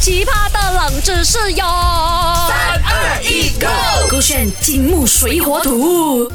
奇葩的冷知识哟！三二一，Go！勾选金木水火土。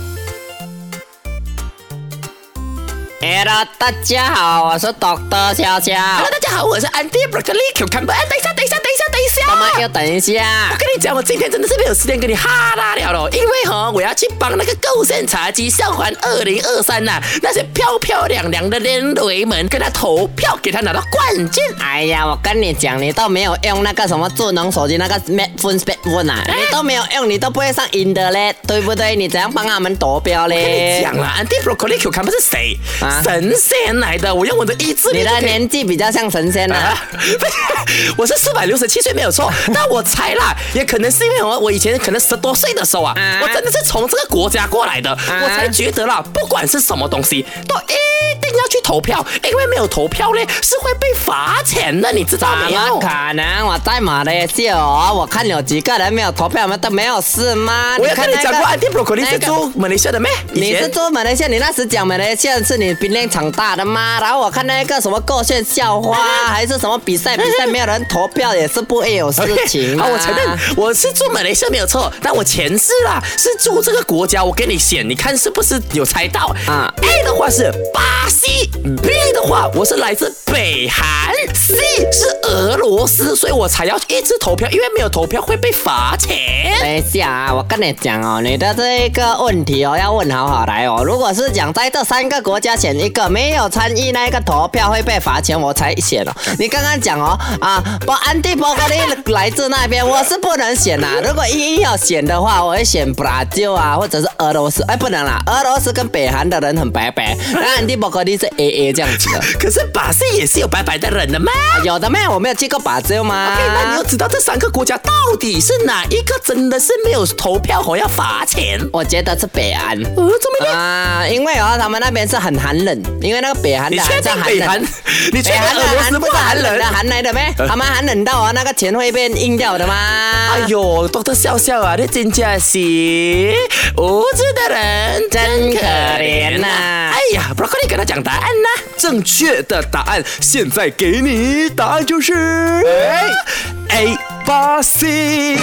Hello，大家好，我是 Doctor 小小。 Hello，大家好，我是 Andy Broccoli Cucumber。等一下，等一下，等一下，等一下。干嘛要等一下我？跟你讲，我今天真的是没有时间跟你哈拉聊了，因为哈、我要去帮那个购线茶机上环二零二三呐，那些漂漂亮亮的连雷们跟他投票，给他拿到冠军。哎呀，我跟你讲，你都没有用那个什么智能手机那个 smartphone smartphone 啊，哎你都没有用，你都不会上瘾的嘞，对不对？你怎样帮他们夺标跟你嘞？讲了，Andy Broccoli Cucumber 是谁？啊神仙来的，我用我的意志力你就的可以年纪比较像神 仙啊。啊， 我是四百六十七岁没有 错，但我猜啦，也可能是因为我我以前可能十多岁的时候啊，啊我真的是从这个国家过来的，我才觉得啦，不管是什么东西，都一定要去投票，因为没有投票呢是会被罚钱的，你知道没怎有么？可能？我在马来西亚哦，我看有几个人没有投票，我们都没有事吗？我有跟你那个讲过，Andy Broccoli 是那个住马来西亚的咩？以你前是做马来西亚，你那时讲马来西亚是你槟榔厂大的吗？然后我看那个什么构陷校花还是什么比赛，比赛没有人投票也是不会有事情 好，啊。我承 认我是住马来西亚没有错，但我前世啦是住这个国家，我给你选，你看是不是有猜到啊啊？A 的话是巴西，B 的话我是来自北韩，C 是俄罗斯，所以我才要一直投票，因为没有投票会被罚钱。等一下啊，我跟你讲哦，你的这个问题哦，要问好好来哦。如果是讲在这三个国家选一个，没有参与那个投票会被罚钱，我才选哦。 你刚刚讲哦啊，不，安迪伯格利来自那边，我是不能选啦、啊如果一一要选的话，我会选布拉吉啊，或者是俄罗斯。哎，不能啦，俄罗斯跟北韩的人很白白，那安迪伯格利是 A A 这样子的。可是巴西也是有白白的人的吗？有的咩？我没有去过巴 州吗 OK，那你要知道这三个国家到底是哪一个真的是没有投票和要罚钱？我觉得是北韩。呃，这么厉害啊，因为哦，他们那边是很寒冷，因啊为那个北韩你的确还是定寒北韩 冷。？你确北定韩的俄罗斯寒不不是是寒寒冷冷的？寒来的呗，他们寒冷到哦，那个钱会变硬掉的吗？哎哎呦，呦，多得笑笑啊，这真假是无知的人真可怜呐哎呀，Broccoli 跟他讲答案呐、正确的答案现在给你，答案就是哎 A 巴西。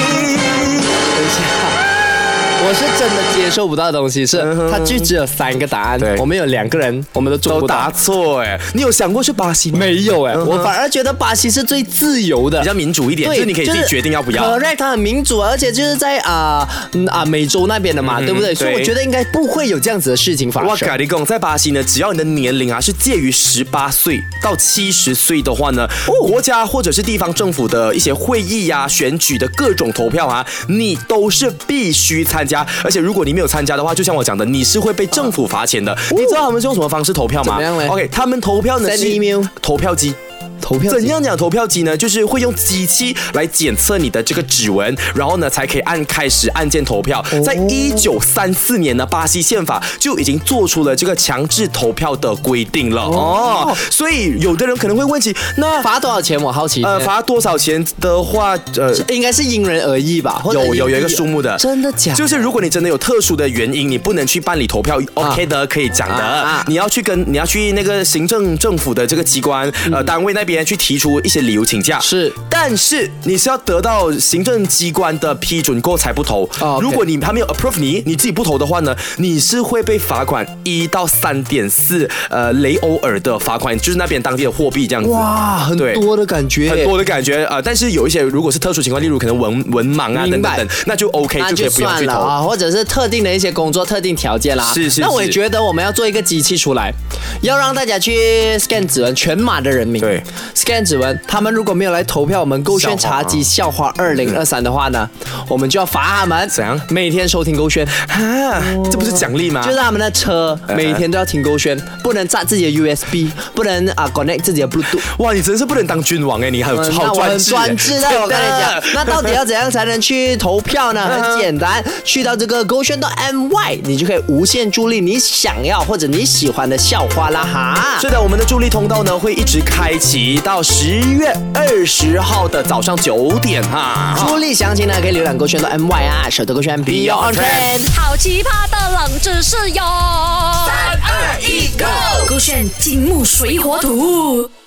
我是真的接受不到的东西，是它就只有三个答案对，我们有两个人，我们都中都不答到。错哎，你有想过去巴西吗？没有哎，嗯哼我反而觉得巴西是最自由的，比较民主一点，就是你可以自己决定要不要。 correct，它很民主，而且就是在啊嗯啊美洲那边的嘛，对不对？所以我嗯对觉得应该不会有这样子的事情发我生。跟你讲，在巴西呢，只要你的年龄啊是介于十八岁到七十岁的话呢，哦国家或者是地方政府的一些会议呀、选举的各种投票啊，你都是必须参加。而且如果你没有参加的话，就像我讲的，你是会被政府罚钱的。你知道他们是用什么方式投票哦怎吗么样嘞？OK，他们投票呢 Send 是 email 投票机。投票怎？样讲投票机呢？就是会用机器来检测你的这个指纹，然后呢才可以按开始按键投票。哦在一九三四年呢，巴西宪法就已经做出了这个强制投票的规定了哦所以有的人可能会问起，那罚多少钱？我好奇。呃罚多少钱的话，呃。应该是因人而异吧？或者有有有一个数目的，真的假的？就是如果你真的有特殊的原因，你不能去办理投票，OK 的，可以讲的啊。你要去跟你要去那个行政政府的这个机关嗯呃单位那边去提出一些理由请假。是但是你是要得到行政机关的批准过才不投。哦，OK 如果你还没有 approve 你，你自己不投的话呢，你是会被罚款一到三点四呃雷欧尔的罚款，就是那边当地的货币这样子。哇，很对多的感觉，很多的感觉啊、呃但是有一些如果是特殊情况，例如可能文文盲啊等明等白等，那就 OK，那哎就可以就不用算去了投。啊，或者是特定的一些工作、特定条件啦。是是那我也是觉得我们要做一个机器出来，要让大家去 scan 指纹，全马的人民对 scan 指纹，他们如果没有来投票，我们勾选校花啊茶几校花二零二三的话呢，我们就要罚他们嗯怎样每天收听勾选。啊，哎这不是奖励吗？就是他们的车每天都要听勾选，不能炸自己的 USB，不能啊 connect 自己的 Bluetooth。哇，你真是不能当君王哎，你好嗯好那我专很制，欸专制的， 我跟你讲，那到底要怎样才能去投票呢？很简单，去到这个勾选到 MY，你就可以无限助力你想要或者你喜欢的校花啦哈。 是的，我们的助力通道呢会一直开启到十月二十号的早上九点哈。助力详情呢，可以浏览勾选到 MY 啊，手头勾选 Beyond Trend。好奇葩的冷知识哟！三二一，Go！勾选金木水火土。